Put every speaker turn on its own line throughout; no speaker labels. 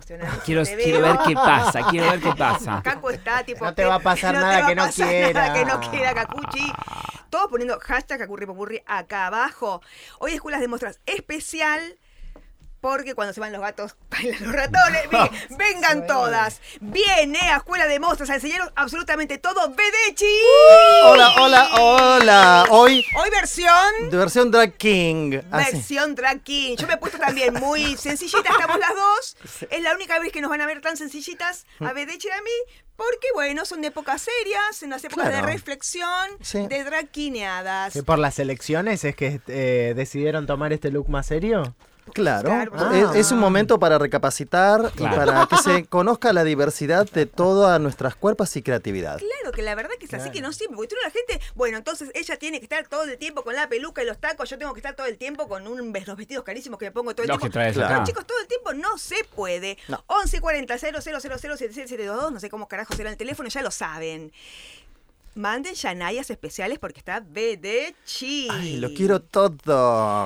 emocionante.
Quiero,
Te
quiero
veo.
ver qué pasa, quiero ver qué pasa.
Caco está tipo.
No te va a pasar nada que no
Nada
quiera.
que no quiera, Cacuchi. Todos poniendo hashtag Cacurripopurri acá abajo. Hoy escuelas de muestras especial. Porque cuando se van los gatos, bailan los ratones. Miren, vengan todas. Viene a Escuela de Mostras a enseñaros absolutamente todo. ¡Bedechi!
Hola, hola, hola. Hoy,
Hoy versión.
versión Drag King.
Ah,
Así.
Versión Drag King. Yo me he puesto también muy sencillita, estamos las dos. Es la única vez que nos van a ver tan sencillitas a Bedeche y a mí, porque bueno, son de épocas serias, en las épocas
Claro.
de reflexión,
Sí.
de drag quineadas.
¿Que por las elecciones es que eh, decidieron tomar este look más serio?
Claro,
Claro.
Ah. es, es un momento para recapacitar
Claro.
y para que se conozca la diversidad de todas nuestras cuerpos y creatividad.
Claro que la verdad que es así que no siempre, porque tú la gente, bueno, entonces ella tiene que estar todo el tiempo con la peluca y los tacos, yo tengo que estar todo el tiempo con un, los vestidos carísimos que me pongo todo el
Los que
tiempo.
traes
Claro.
acá.
No, chicos, todo el tiempo no se puede.
Ah. No.
1140 00007722, no sé cómo carajo será el teléfono, ya lo saben. Manden yanayas especiales porque está BDC.
Ay, lo quiero todo.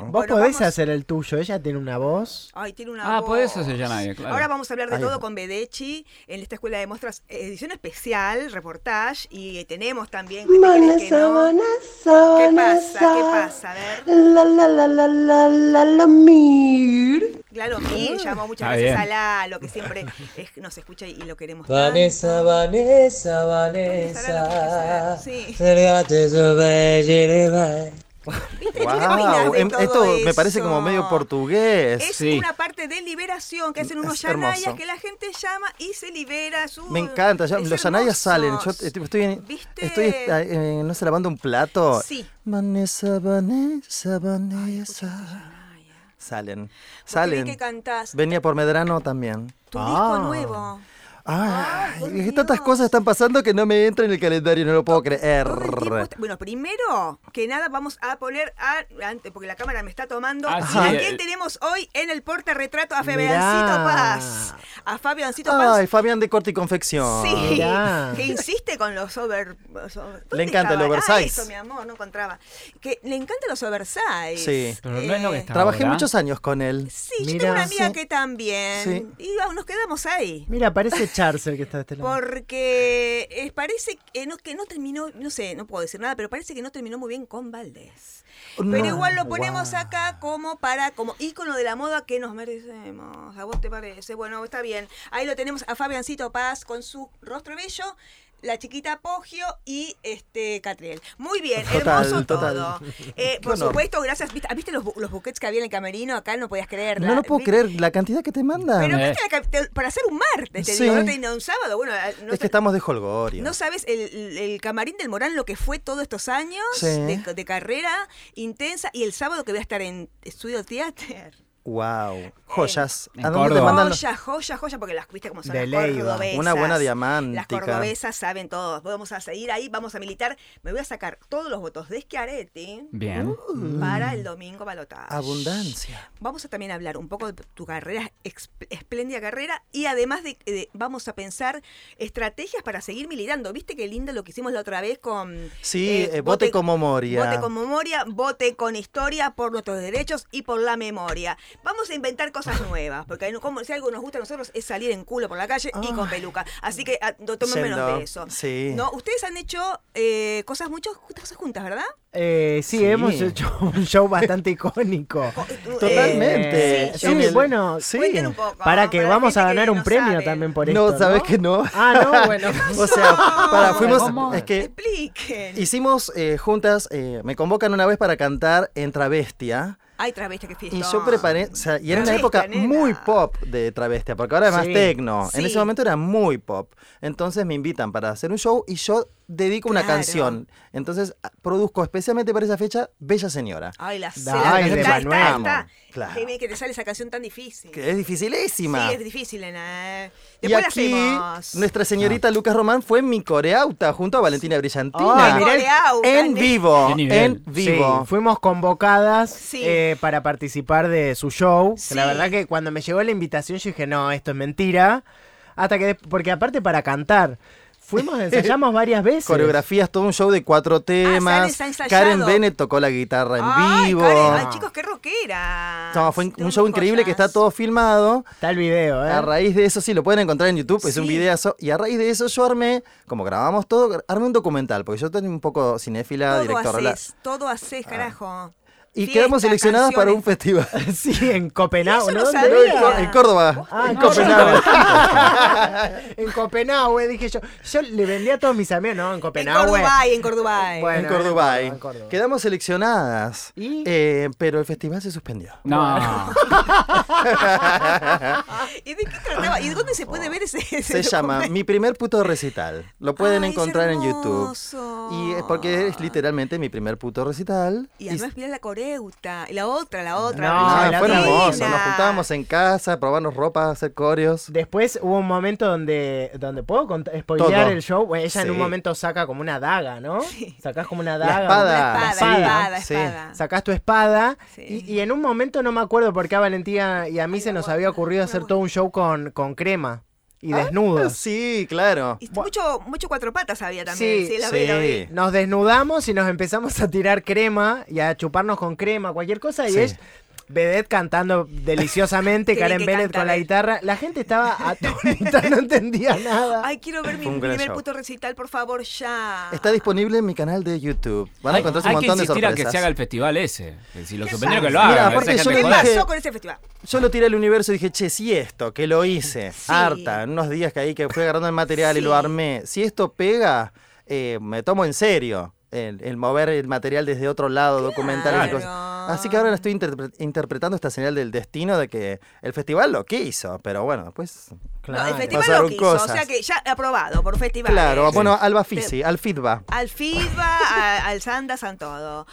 Vos
Bueno,
podés
vamos-
hacer el tuyo, ella tiene una voz.
Ay, tiene una
Ah, por
voz.
eso se llama ella, claro.
Ahora vamos a hablar de
Ahí
todo
está.
con Bedechi en esta escuela de muestras, eh, edición especial, reportage, y eh, tenemos también... ¿qué te
Mana
crees que no?
sabana
¿Qué
sabana
pasa? ¿Qué pasa? A ver,
La la la la la la la mir.
Lalo Mir llamó muchas
Ah,
Está
veces
bien.
a Lalo, que siempre es- nos escucha y lo queremos
Vanessa, Vanessa,
Vanessa,
Vanessa.
sí.
Cercate su belleza.
¿Viste? ¿Tú qué opinás
Wow,
de
em-
todo
esto me parece
eso?
como medio portugués.
Es
Sí.
una parte de liberación que hacen unos
Es hermoso.
yanayas que la gente llama y se libera su.
Me encanta, ya-
Es
los anayas salen. Yo
hermosos.
eh, tipo, estoy, en-
¿Viste?
estoy eh, eh, no sé, lavando un plato.
Sí.
Vanessa, Vanessa, Vanessa.
Salen.
Salen.
que
Salen. Ah,
cantás?
Venía por Medrano también.
Tu disco nuevo.
Ay,
Ay, por
es que tantas
Dios.
cosas están pasando que no me entra en el calendario, no lo puedo creer.
Todo el tiempo está- Bueno, primero que nada vamos a poner a, antes, porque la cámara me está tomando.
Ah, sí,
¿A
eh,
quién
eh.
tenemos hoy en el portarretrato? A
Mirá.
Fabiancito Paz. A Fabiancito Paz.
Ay, Fabián de Corte y Confección.
Sí,
Mirá.
que insiste con los over... los over- ¿dónde
encanta el
estaba? Ah,
oversize.
eso, mi amor, no encontraba. Que le encantan los oversize.
Sí.
Pero no es lo que
Eh,
está
Trabajé
ahora.
muchos años con él.
Sí, yo
Mirá.
tengo una amiga
Sí.
que también.
Sí.
Y ah, nos quedamos ahí.
Mira, parece Charles el que está de este lado.
Porque eh, parece que no, que no terminó, no sé, no puedo decir nada, pero parece que no terminó muy bien con Valdés. Pero
No,
igual lo ponemos acá como para, como ícono de la moda que nos merecemos. ¿A vos te parece? Bueno, está bien. Ahí lo tenemos a Fabiancito Paz con su rostro bello, la chiquita Poggio y este Catriel. Muy bien,
Total,
hermoso
total.
todo. Eh,
Qué
por
honor.
supuesto, gracias. ¿Viste, ah, ¿viste los, bu- los buquets que había en el camerino? Acá no podías creer.
No lo puedo
¿viste?
creer, la cantidad que te mandan.
Pero
Eh.
viste la cap- te- para hacer un martes, te
Sí.
digo, no te- no un sábado, bueno, eh, no,
es que
sa-
estamos de holgorio.
no sabes el, el camarín del Morán lo que fue todos estos años
Sí.
de, de carrera intensa y el sábado que voy a estar en Estudio Theater. Eh,
Wow. Joyas.
En
¿A dónde te
Córdoba.
mandan los-
Joya, joya, joya, porque las viste como son
De
las
Leiva.
cordobesas.
Una buena
Las
diamántica.
cordobesas saben todos. Vamos a seguir ahí, vamos a militar. Me voy a sacar todos los votos de Schiaretti
Bien.
para el domingo balotaje.
Mm. Abundancia.
Vamos a también hablar un poco de tu carrera, ex- espléndida carrera, y además de, de- vamos a pensar estrategias para seguir militando. ¿Viste qué lindo lo que hicimos la otra vez con...
Sí, eh, vote como Moria.
Vote con memoria, vote con historia por nuestros derechos y por la memoria. Vamos a inventar cosas nuevas, porque hay- como, si algo nos gusta a nosotros es salir en culo por la calle y con peluca. Así que ah, no tomen menos
Sendo.
de eso.
Sí.
¿No? Ustedes han hecho eh, cosas, muchas cosas juntas, ¿verdad?
Eh, sí,
Sí.
hemos hecho un show bastante icónico.
Totalmente.
Eh,
eh, sí,
sí,
En el-
bueno,
sí.
Cuenten un poco.
para que
la
vamos a
gente que
ganar un
no
premio
sabe.
también por
no,
esto.
sabes que no.
Ah, no, bueno.
O sea, para, fuimos.
¿Cómo?
Es que
Expliquen.
hicimos eh, juntas, eh, me convocan una vez para cantar en Travestia.
Ay, travesti, que fiesta.
Y yo preparé, o sea, y era una
Travestia,
época
nena.
muy pop de travestia, porque ahora es más
Sí.
tecno. En
Sí.
ese momento era muy pop. Entonces me invitan para hacer un show y yo dedico una
Claro.
canción. Entonces a- produzco especialmente para esa fecha Bella Señora.
Ay, la sé.
Dale,
la-
de
está, está,
Manuel.
está.
Claro.
Qué bien que te sale esa canción tan difícil.
Que es dificilísima.
Sí, es difícil, Nena. eh.
y
Después
aquí,
la hacemos.
nuestra señorita Lucas Román fue mi coreauta junto a Valentina
Ay,
Brillantina.
mirá el-
Coreauta,
en
ne-
vivo,
Qué nivel.
en
Sí,
vivo.
fuimos convocadas
Sí.
eh, para participar de su show.
Sí.
La verdad que cuando me llegó la invitación yo dije, no, esto es mentira. Hasta que, des- porque aparte para cantar, Fuimos, ensayamos varias veces.
Coreografías, todo un show de cuatro temas.
está ensayado.
Karen Bennett tocó la guitarra en
Ay,
vivo.
Karen, ay, chicos, qué rockera.
No, fue un- un show increíble que está todo filmado.
Está el video, ¿eh?
A raíz de eso, sí, lo pueden encontrar en YouTube, es un
Sí.
videazo. Y a raíz de eso yo armé, como grabamos todo, gra- armé un documental, porque yo tengo un poco cinéfila,
Todo
directora. la- Ah.
haces, todo haces, carajo.
Y quedamos seleccionados para un festival.
Sí, en Copenhague.
Eso no
¿no? ¿Dónde
sabía.
Pero en,
era?
Co- en Córdoba,
Ah,
en
no, yo
Copenhague.
en Copenhague, dije yo. Yo le vendí a todos mis amigos, no, en
En
Copenhague.
Cordubay, en Cordubay.
Bueno.
en Córdoba.
en Córdoba.
Quedamos seleccionadas,
¿Y?
eh, pero el festival se suspendió.
No.
¿Y de qué trataba? ¿Y de dónde se puede ver ese, ese
Oh. Se llama
documento?
Mi primer puto recital. Lo pueden
Ay, es
encontrar en YouTube.
hermoso.
Y es porque es literalmente mi primer puto recital.
Y además mirá la coreuta. Y la otra, la otra.
No,
la
Ah,
la
fue
divina.
hermoso. Nos juntábamos en casa, probarnos ropa, hacer coreos.
Después hubo un momento donde, donde puedo cont- spoilear
Todo.
el show. Bueno, ella en un
Sí.
momento saca como una daga, ¿no? Sacás como una daga.
espada.
La espada,
Sí,
espada,
sí.
espada.
Sacás tu espada
Sí.
y, y en un momento no me acuerdo por qué a Valentía y a mí se nos había ocurrido hacer todo un show con, con crema y
Ah,
desnudos.
Sí, claro.
Y mucho, mucho cuatro patas había también.
Sí,
Sí, la vi, la vi.
sí.
Nos desnudamos y nos empezamos a tirar crema y a chuparnos con crema, cualquier cosa. Y
Sí.
es Vedette cantando deliciosamente,
Tiene
Karen
que
Bennett
cantar
con la
él.
guitarra. La gente estaba atónita, no entendía nada.
Ay, quiero ver mi
Fue un gran
primer
show.
puto recital, por favor, ya.
Está disponible en mi canal de YouTube. Van a
Hay,
encontrar un
hay que
montón de
insistir a
sorpresas.
que se haga el festival ese. Que Si lo
¿Qué
sorprendieron que lo
pasa?
hagan.
Mira,
a veces
aparte
hay
yo
gente
¿Qué
le
joda.
dije-
pasó con ese festival?
Yo lo tiré al universo y dije, che, si esto, que lo hice,
Sí.
harta, en unos días que ahí que fui agarrando el material y
Sí.
lo armé, si esto pega, eh, me tomo en serio el, el mover el material desde otro lado, documentar y
Claro.
cosas. Así que ahora estoy interpre- interpretando esta señal del destino de que el festival lo quiso, pero bueno, después...
No, el festival
Pasaron
lo quiso, o sea
cosas.
que ya aprobado por festival.
Claro, bueno, Alba Fisi, al feedback.
Al FIBA, a- al Sandas, a todo.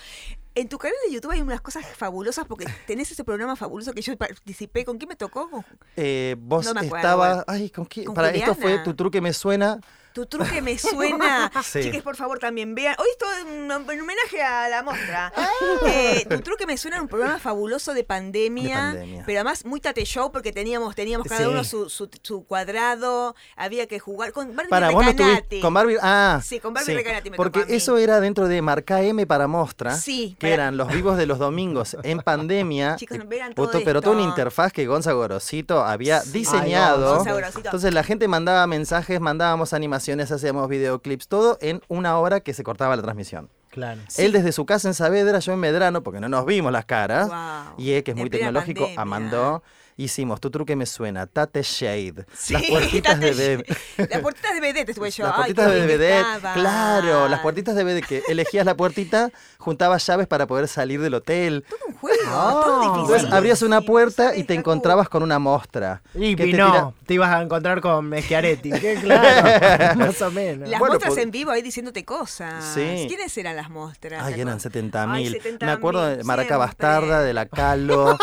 En tu canal de YouTube hay unas cosas fabulosas porque tenés ese programa fabuloso que yo participé. ¿Con quién me tocó? Con-
Eh, vos
No me acuerdo.
estabas... Ay, ¿con qué?
Con
Para, esto fue
Juliana.
tu truque me suena.
Tu truque me suena.
Sí.
Chiques, por favor, también vean. Hoy esto es un en homenaje a la mostra.
Ah.
Eh, tu truque me suena era un programa fabuloso de pandemia,
De pandemia.
pero además muy tate show porque teníamos teníamos cada
Sí.
uno su, su- su cuadrado, había que jugar con Barbie
Para, vos no
Recanati.
estuviste con Barbie. Ah,
Sí, con Barbie Recanati me
Porque
tocó a mí.
eso era dentro de Marca M para Mostra.
Sí,
Que
para-
eran los vivos de los domingos en pandemia.
Chicos,
Eh,
vean todo
otro- Pero toda una
esto.
interfaz que Gonzalo Gorosito había
Sí.
diseñado.
Ay, Gonza Gorosito.
Entonces la gente mandaba mensajes, mandábamos animaciones, hacíamos videoclips, todo en una hora que se cortaba la transmisión.
Claro.
Él desde su casa en Saavedra, yo en Medrano, porque no nos vimos las caras.
Guau.
Y él, que es
En
muy
plena
tecnológico,
pandemia.
amandó. Hicimos tu truque me suena, Tate Shade.
Sí,
las puertitas
tate-
de bebé.
Las puertitas de vedette estuve yo.
Las
Ay,
puertitas
qué
de
bien que
vedette,
estaba.
claro, las puertitas de vedette que elegías la puertita, juntabas llaves para poder salir del hotel.
Un juego,
Ah.
todo difícil.
Entonces Pues abrías una
Sí,
puerta
¿sabes,
y te
Facu?
encontrabas con una mostra.
Y
que te
no,
tira-
te ibas a encontrar con Meschiaretti. Qué claro, más o menos.
Las
Bueno,
mostras
pod-
en vivo ahí diciéndote cosas.
Sí.
¿Quiénes eran las mostras?
Ay,
¿Te
eran
acuerdas?
70
Ay,
mil.
70.000,
Me acuerdo de Maraca
siempre.
Bastarda, de la Calo.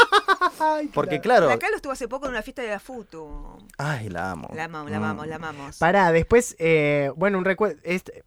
Porque claro,
Acá lo estuvo hace poco en una fiesta de la FUTU.
ay, la amo.
La amamos, la
Mm.
amamos, la amamos.
Pará, después, eh, bueno, un recuerdo.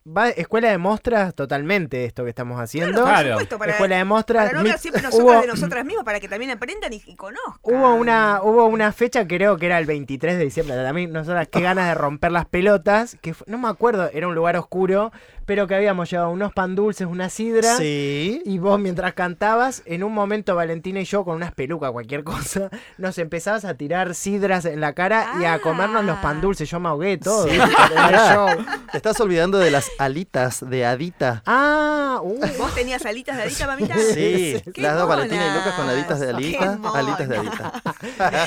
Va escuela de mostras totalmente esto que estamos haciendo.
Por
Claro.
supuesto, para,
escuela de mostras.
para no
mi-
hablar siempre nosotras
hubo,
de nosotras mismas, para que también aprendan y, y conozcan.
hubo una, hubo una fecha, creo que era el 23 de diciembre. También nosotras, qué ganas de romper las pelotas. que fu- No me acuerdo, era un lugar oscuro, pero que habíamos llevado unos pan dulces, una sidra.
Sí.
Y vos mientras cantabas, en un momento Valentina y yo con unas pelucas, cualquier cosa, nos empezabas a tirar sidras en la cara y a comernos los
Ah.
pan dulces. Yo me ahogué todo.
Sí.
Era el show.
Te estás olvidando de las alitas de Adita.
Ah, uh,
¿Vos tenías alitas de alita, mamita?
Sí,
Qué
las dos
monas.
Valentina y Lucas con alitas de
Qué
alita, alitas de
monas.
alita.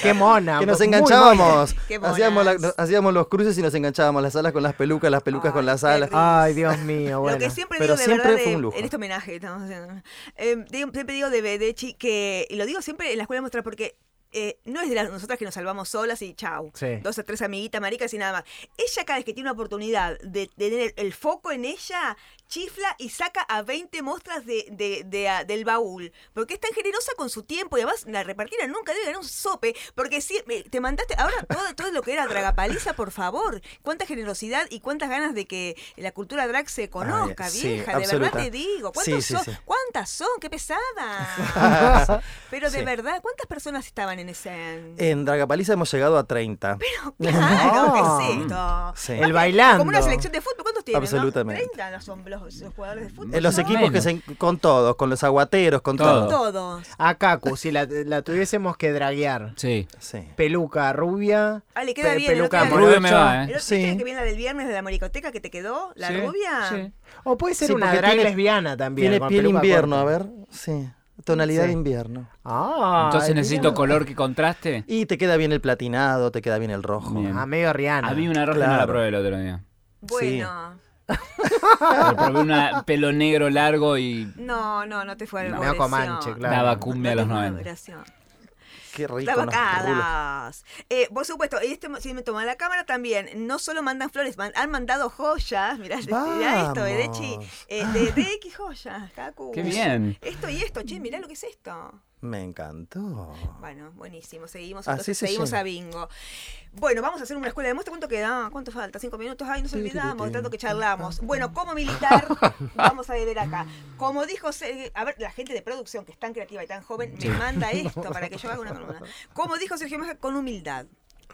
qué mona.
que nos
muy mona.
enganchábamos.
Qué monas.
Hacíamos, la- no- hacíamos los cruces y nos enganchábamos. Las alas con las pelucas, las pelucas
Ay,
con las
qué
alas.
rico.
Ay, Dios mío, bueno.
Lo que siempre
Pero
digo de
siempre
verdad
fue
de-
un lujo.
en este homenaje que estamos haciendo, eh, digo- siempre digo de Bedechi que, y lo digo siempre en la escuela de mostrar porque eh, no es de las nosotras que nos salvamos solas y chau,
Sí.
dos o tres amiguitas maricas y nada más. Ella cada vez que tiene una oportunidad de, de tener el foco en ella, chifla y saca a 20 mostras de, de- de- a- del baúl. Porque es tan generosa con su tiempo y además la repartida nunca debe ganar un sope. Porque si eh, te mandaste ahora todo, todo lo que era Dragapaliza, por favor. Cuánta generosidad y cuántas ganas de que la cultura drag se conozca,
Ay, sí,
vieja. de
absoluta.
verdad te digo.
Sí,
¿Cuántos
sí,
son?
sí.
¿Cuántas son? ¡Qué pesada! Pero de
Sí. Eh,
verdad, ¿cuántas personas estaban en ese...
En Dragapaliza hemos llegado a 30.
Claro, ¿qué
No.
es esto?
Mm. Sí.
El bailando.
Como una selección de fútbol, ¿cuántos tienen? no?
Absolutamente.
30 los, hom- los, los jugadores de fútbol.
En los
¿no?
equipos que se, con todos, con los aguateros, con todo.
Todo.
Todos.
A Kaku, si la, la tuviésemos que draguear.
Sí.
Sí.
Peluca rubia.
Ah, le queda
pe-
bien, el
peluca
otro día-
Rubia
morocha.
me va,
¿El
¿eh?
otro
Sí.
viste que viene la del viernes de la maricoteca que te quedó? ¿La
Sí,
rubia?
sí.
O puede ser
Sí,
una
porque
drag
tiene-
lesbiana también.
Tiene
con
piel
peluca
invierno,
corta.
a ver. Sí. Tonalidad
Sí.
de invierno.
Ah,
Entonces
mira.
necesito color que contraste.
Y te queda bien el platinado, te queda bien el rojo.
Bien.
Ah, medio Rihanna.
A mí una roja no la
Claro.
probé el otro día.
Bueno.
Pero probé una pelo negro largo y
No, no, no te fue al
No,
boleción.
Comanche, claro.
daba cumbia a los 90.
Boleción.
Qué rico. unos rulos.
Tabacadas. Eh, por supuesto, y este, si me toman la cámara también, no solo mandan flores, man- han mandado joyas. Mirá, mirá esto, eh, de, chi,
Vamos.
eh, de, de X joyas, Kaku.
Qué bien.
Esto y esto, che, mirá lo que es esto.
Me encantó.
Bueno, buenísimo, seguimos,
Así
entonces
se
seguimos
llega.
a bingo. Bueno, vamos a hacer una escuela de muestra. ¿Cuánto queda? ¿Cuánto falta? ¿Cinco minutos? Ay, nos olvidamos, de tanto que charlamos. Bueno, como militar, vamos a ver acá. Como dijo, Sergio- a ver, la gente de producción que es tan creativa y tan joven, me manda esto para que yo haga una columna. Como dijo Sergio Maja, con humildad.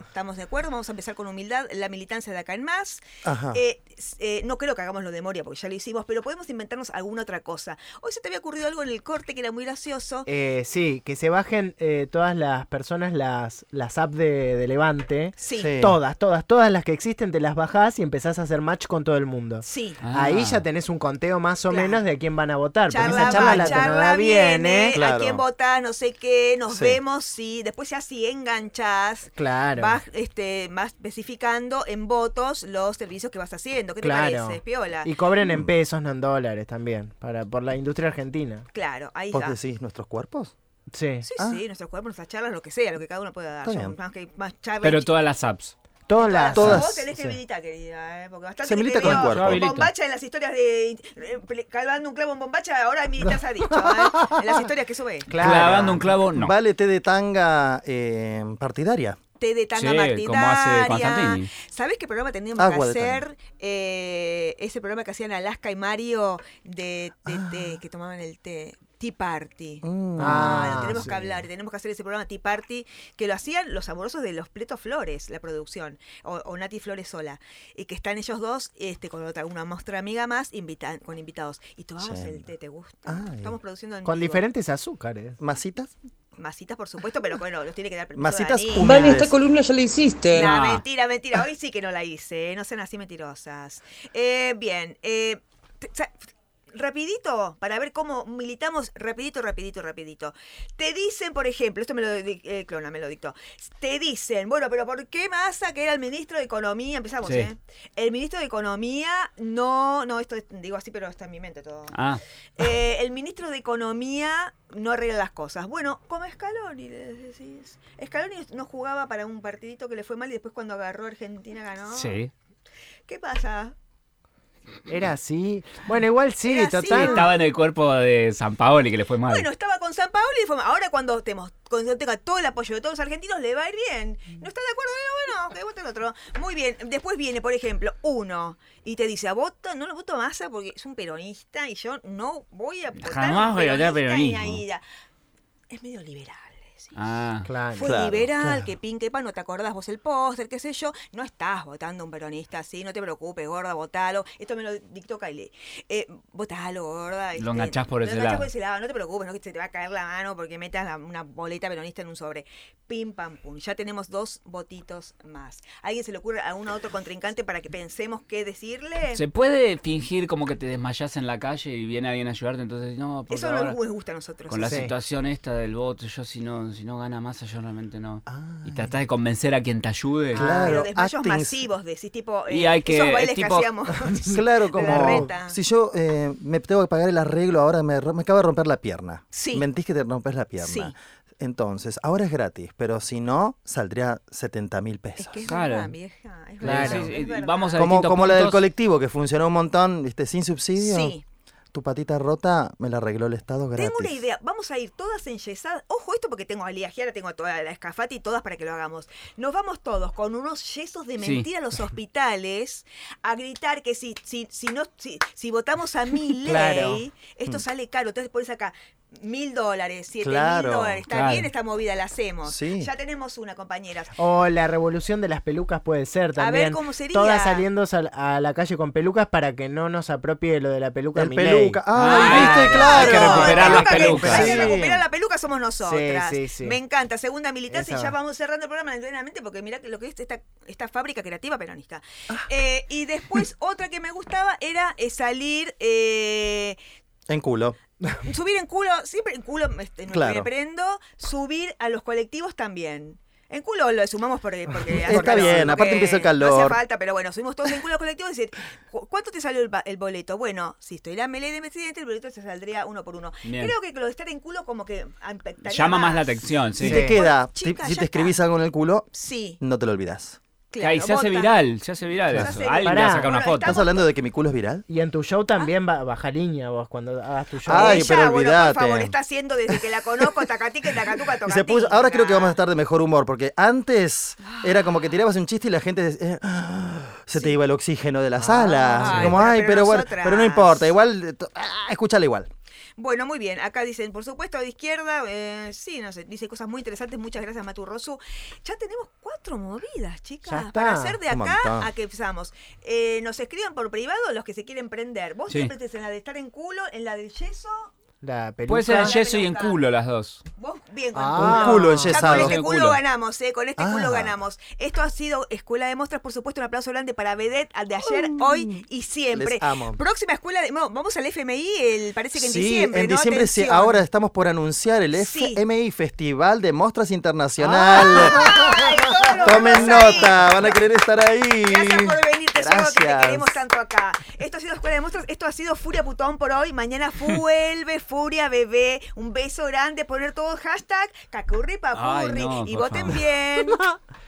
Estamos de acuerdo, vamos a empezar con humildad. La militancia de acá en más.
Ajá.
Eh, s- eh, no creo que hagamos lo de Moria porque ya lo hicimos, pero podemos inventarnos alguna otra cosa. Hoy se te había ocurrido algo en el corte que era muy gracioso.
Eh, sí, que se bajen eh, todas las personas las, las apps de, de Levante.
Sí, sí.
sí.
Todas, todas, todas las que existen te las bajás y empezás a hacer match con todo el mundo.
Ah.
Ahí ya tenés un conteo más o
Claro.
menos de a quién van a votar. Porque
Charla,
esa charla
va,
la
charla
tonada viene.
viene, a
Claro.
quién vota, no sé qué, nos
Sí.
vemos, sí, después ya si enganchas,
Claro.
vas este, más especificando en votos los servicios que vas haciendo, ¿qué te
Claro.
parece, Piola?
Y cobren en pesos, no en dólares también. Para, por la industria argentina.
Claro, ahí
¿Vos
está. Sí,
decís nuestros cuerpos?
Sí.
sí,
Ah.
nuestros cuerpos, nuestras charlas, lo que sea, lo que cada uno pueda dar.
Está
Yo,
bien.
más que más charlas. Ah,
Pero todas las apps.
Todas las.
todas.
Vos tenés que
sí.
habilitar, querida, ¿eh? porque bastante
Se
que
milita
te
con
veo
el cuerpo.
Yo habilito.
Bombacha en las historias de. eh, Calvando un clavo en bombacha, ahora militas ha dicho, ¿eh? en las historias que sube.
Claro.
Clavando un clavo, no.
Vale té de tanga eh, partidaria.
té de tanga
Sí, como hace
partidaria.
Constantini.
¿Sabes qué programa teníamos
Agua
que
de
hacer? Eh, ese programa que hacían Alaska y Mario de, de
Ah.
té, que tomaban el té. Tea Party.
Mm.
Ah,
Ah,
lo tenemos
sí.
que hablar, tenemos que hacer ese programa Tea Party que lo hacían los amorosos de los Pletos Flores, la producción, o, o Nati Flores sola, y que están ellos dos este, con otra, una muestra amiga más invita- con invitados. Y tomamos el
Yendo.
té, ¿te gusta?
Ay.
Estamos produciendo en
Con
vivo.
diferentes azúcares.
¿Masitas?
Masitas, por supuesto, pero bueno, los tiene que dar permiso
Masitas
Dani.
húmedas.
Vale, esta columna ya la hiciste.
No,
No.
mentira, mentira. Hoy sí que no la hice. eh. No sean así mentirosas. Eh, bien. eh, te- sa- rapidito, para ver cómo militamos. Rapidito, rapidito, rapidito. Te dicen, por ejemplo, esto me lo di- eh, Clona me lo dictó. Te dicen, bueno, pero ¿por qué Massa, que era el ministro de Economía? Empezamos,
Sí.
¿eh? El ministro de Economía, no, no, esto es- digo así, pero está en mi mente todo.
Ah,
Eh, el ministro de Economía no arregla las cosas. Bueno, como Scaloni, les decís. Scaloni no jugaba para un partidito que le fue mal y después cuando agarró Argentina ganó.
sí.
¿Qué pasa?
Era así. Bueno, igual sí,
Era así.
total.
Estaba en el cuerpo de San Paoli que le fue mal.
Bueno, estaba con San Paolo y fue mal. Ahora cuando, temos- cuando tenga todo el apoyo de todos los argentinos le va a ir bien.
Mm.
¿No está de acuerdo? Eh, Bueno, que vote el otro. Muy bien. Después viene, por ejemplo, uno y te dice, a vota, no lo voto a Massa porque es un peronista y yo no voy a votar
Jamás voy a votar
ni a
peronismo.
ida". Es medio liberal. ¿sí?
Ah,
Claro.
Fue
Claro,
liberal,
claro.
que pin, que pan, no te acordás vos el póster, qué sé yo. No estás votando a un peronista así, no te preocupes, gorda, votalo. Esto me lo dictó Kylie. Eh, votalo, gorda. este,
enganchás por
lo
ese
enganchás
lado.
por ese lado, no te preocupes, no que se te va a caer la mano porque metas la- una boleta peronista en un sobre. Pim, pam, pum. Ya tenemos dos votitos más. ¿A ¿Alguien se le ocurre a uno otro contrincante para que pensemos qué decirle?
¿Se puede fingir como que te desmayas en la calle y viene alguien a ayudarte? Entonces, no, porque
Eso no
ahora,
nos gusta a nosotros.
con la
eso.
Sí.
situación esta del voto, yo si no, si no gana masa, yo realmente no.
Ah.
Y tratás de convencer a quien te ayude.
Ah,
Claro,
los desmayos
acting-
masivos, decís, tipo,
Y
eh,
hay que-
esos bailes que
tipo-
hacíamos. De
Claro,
la
como
reta.
si yo eh, me tengo que pagar el arreglo ahora, me, ro- me acabo de romper la pierna.
Sí.
Mentís que te rompes la pierna.
Sí.
entonces. Ahora es gratis, pero si no, saldría 70 mil
Es
pesos.
que es
Claro.
verdad, vieja. Es
Claro.
verdad,
Sí,
es
sí,
verdad.
vamos a-
Como,
distintos
como la del
puntos.
colectivo, que funcionó un montón, viste, sin subsidio.
Sí.
Tu patita rota me la arregló el Estado gratis.
Tengo una idea, vamos a ir todas enyesadas. Ojo esto porque tengo a Lía Giara, tengo a toda la escafate y todas para que lo hagamos. Nos vamos todos con unos yesos de
Sí.
mentira a los hospitales a gritar que si, si, si no, si, si votamos a mi ley,
Claro.
Mm.
esto sale caro. Entonces pones acá mil dólares, siete
Claro,
mil dólares. Está
claro.
bien esta movida, la hacemos.
Sí.
Ya tenemos una, compañeras.
O la revolución de las pelucas puede ser
A
también.
ver cómo sería.
Todas saliendo sal- a la calle con pelucas para que no nos apropie lo de la peluca.
El
Milei.
peluca.
Ah,
¡Ay, viste!
hay
¡Claro!
que recuperar las
la peluca que-
pelucas.
la que
Sí.
recupera la peluca somos nosotras.
Sí, sí, sí.
Me encanta. Segunda militancia y
Eso.
ya vamos cerrando el programa lentamente porque mirá que lo que es esta, esta fábrica creativa peronista.
Ah.
Eh, y después otra que me gustaba era eh, salir, eh,
En culo.
subir en culo, siempre en culo este, me-
Claro.
me prendo, subir a lo- los colectivos también. En culo lo sumamos porque... porque hace
Está bien,
porque
aparte empieza el calor.
No hace falta, pero bueno, subimos todos en culo a los colectivos y decir, "¿Cu- ¿cuánto te salió el, ba- el boleto? Bueno, si estoy la melee de mi presidente, el boleto se saldría uno por uno.
Bien.
Creo que lo de estar en culo como que impactaría
Llama más la atención, sí.
Si
Sí.
te queda,
Chica,
ti-
ya
si
está.
te escribís algo en el culo,
Sí,
no te lo olvidas.
claro.
Ay, se hace
vota.
viral, se hace viral
Se
eso.
hace
Alguien
viral.
le va a sacar una
Bueno,
foto.
estamos-
¿Estás hablando de que mi culo es viral?
Y en tu show también
Ah.
va baja línea vos cuando hagas tu show.
Ay,
Ella,
pero
bueno,
olvídate.
por favor, está haciendo desde que la conozco, tacatique, tacatuca,
Y
tocatica.
se puso, ahora creo que vamos a estar de mejor humor, porque antes era como que tirabas un chiste y la gente eh, ah, se te iba el oxígeno de la sala.
Ah, Ay,
Así como,
bueno,
ay,
pero
pero bueno,
nosotras".
pero no importa, igual, eh, to- ah, escúchala igual.
Bueno, muy bien. Acá dicen, por supuesto, de izquierda, eh, sí, no sé, dice cosas muy interesantes. Muchas gracias, Matu Rosu. Ya tenemos cuatro movidas, chicas,
Ya está.
para hacer de
Un
acá
montón.
a que empezamos. Eh, nos escriban por privado los que se quieren prender. Vos
Sí.
siempre estés en la de estar en culo, en la del yeso.
La peluca.
Puede ser en
la
yeso y en
peluca.
culo las dos.
Vos bien con
Ah.
Un culo
Ya con
enyesado.
este
Con
culo,
culo.
ganamos, ¿eh? Con este
Ah.
culo ganamos. Esto ha sido Escuela de Mostras, por supuesto, un aplauso grande para Vedette al de ayer, hoy y siempre.
Les amo.
Próxima escuela de. no, vamos al FMI, el, parece que en
sí,
diciembre.
en
¿no?
diciembre sí,
Atención.
ahora estamos por anunciar el
Sí.
FMI, Festival de Mostras Internacional.
Ay, todos los
Tomen
Ah, vamos ahí.
nota, van a querer estar ahí.
Gracias por venir, tesoro, que te
Gracias.
queremos tanto acá. Esto ha sido Escuela de Monstruos, esto ha sido Furia Putón por hoy. Mañana vuelve Furia Bebé. Un beso grande, poner todo hashtag cacurri papurri.
Ay, no,
y
por
voten
favor.
bien.